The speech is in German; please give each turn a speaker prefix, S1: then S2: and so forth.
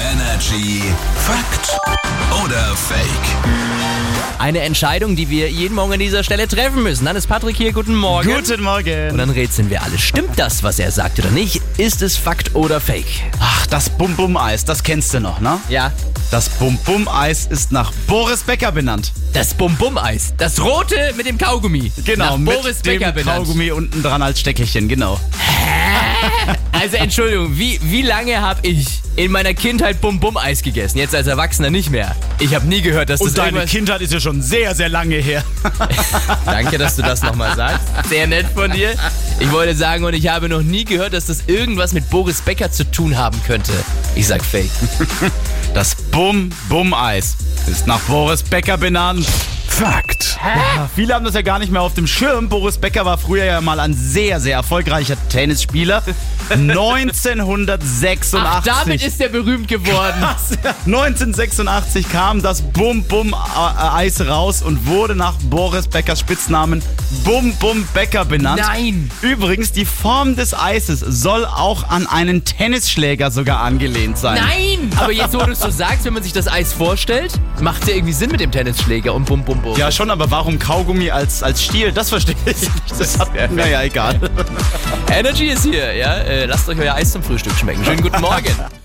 S1: Energy Fakt oder Fake?
S2: Eine Entscheidung, die wir jeden Morgen an dieser Stelle treffen müssen. Dann ist Patrick hier, guten Morgen.
S3: Guten
S2: Und
S3: Morgen.
S2: dann rätseln wir alle. Stimmt das, was er sagt oder nicht? Ist es Fakt oder Fake?
S3: Ach, das Bum-Bum-Eis, das kennst du noch, ne?
S2: Ja.
S3: Das Bum-Bum-Eis ist nach Boris Becker benannt.
S2: Das Bum-Bum-Eis. Das rote mit dem Kaugummi. Nach
S3: Genau, mit
S2: Boris
S3: dem
S2: Becker benannt.
S3: Kaugummi unten dran als Steckelchen, genau.
S2: Also Entschuldigung, wie, wie lange habe ich in meiner Kindheit Bum-Bum-Eis gegessen? Jetzt als Erwachsener nicht mehr. Ich habe nie gehört, dass das
S3: Und deine
S2: irgendwas...
S3: Kindheit ist ja schon sehr, sehr lange her.
S2: Danke, dass du das nochmal sagst. Sehr nett von dir. Ich wollte sagen, und ich habe noch nie gehört, dass das irgendwas mit Boris Becker zu tun haben könnte. Ich sag Fake.
S3: Das Bum-Bum-Eis ist nach Boris Becker benannt.
S1: Fakt.
S3: Ja, viele haben das ja gar nicht mehr auf dem Schirm. Boris Becker war früher ja mal ein sehr, sehr erfolgreicher Tennisspieler. 1986.
S2: Ach, damit ist der berühmt geworden.
S3: 1986 kam das Bum Bum äh, Eis raus und wurde nach Boris Beckers Spitznamen Bum Bum Becker benannt.
S2: Nein.
S3: Übrigens, die Form des Eises soll auch an einen Tennisschläger sogar angelehnt sein.
S2: Nein! Aber jetzt, wo du es so sagst, wenn man sich das Eis vorstellt, macht ja irgendwie Sinn mit dem Tennisschläger und bum bum bum.
S3: Ja, schon, aber warum Kaugummi als, als Stiel? Das verstehe ich nicht. Das hat mir naja, egal.
S2: Energy ist hier, ja? Äh, lasst euch euer Eis zum Frühstück schmecken. Schönen guten Morgen.